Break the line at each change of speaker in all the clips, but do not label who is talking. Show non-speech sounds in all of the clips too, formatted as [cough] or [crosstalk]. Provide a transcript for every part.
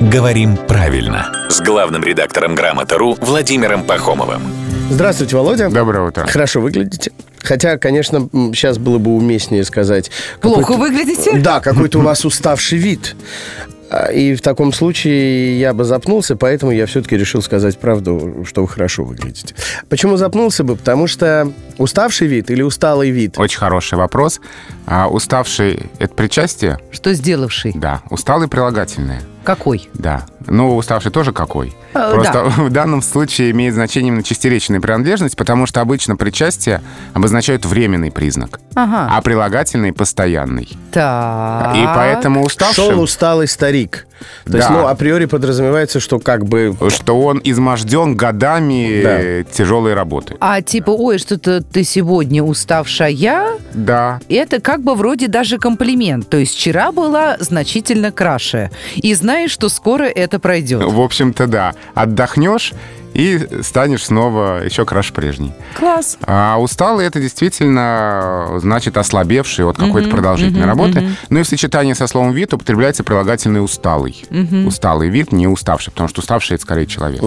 «Говорим правильно» с главным редактором «Грамота.ру» Владимиром Пахомовым.
Здравствуйте, Володя.
Доброе утро.
Хорошо выглядите. Хотя, конечно, м, сейчас было бы уместнее сказать...
Плохо
какой-то-
выглядите?
Да, какой-то у вас уставший вид. А, И в таком случае я бы запнулся, поэтому я все-таки решил сказать правду, что вы хорошо выглядите. Почему запнулся бы? Потому что уставший вид или усталый вид?
Очень хороший вопрос. А, уставший — это причастие?
Что сделавший?
Да. Усталый — прилагательное?
Какой?
Да. Ну, уставший тоже какой?
Э,
Просто [laughs] в данном случае имеет значение именно чистеречная принадлежность, потому что обычно причастие обозначают временный признак,
Ага.
а прилагательный — постоянный.
Так.
И поэтому уставшим...
Шел усталый старик. То есть,
Да.
ну, априори подразумевается, что как бы...
что он изможден годами
Да.
э, тяжелой работы.
А типа, ой, что-то ты сегодня уставшая,
Да.
это как бы вроде даже комплимент. То есть вчера была значительно краше. И знаешь, что скоро это пройдет.
В общем-то, да. Отдохнешь и станешь снова еще краше прежней.
Класс.
А усталый это действительно значит ослабевший от какой-то продолжительной работы. Ну и в сочетании со словом вид употребляется прилагательный усталый. Усталый вид, не уставший, потому что уставший это скорее человек.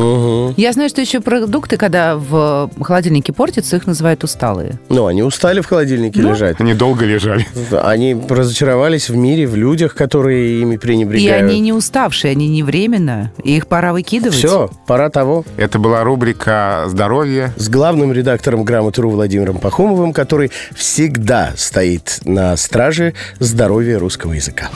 Я знаю, что еще продукты, когда в холодильнике портятся, их называют усталые.
Ну, они устали в холодильнике лежать.
Они долго лежали.
Они разочаровались в мире, в людях, которые ими
И
пренебрегают.
они не уставшие, они не временно. И их пора выкидывать.
Все, пора того.
Это была рубрика «Здоровье».
С главным редактором «Грамотру» Владимиром Пахомовым, который всегда стоит на страже здоровья русского языка.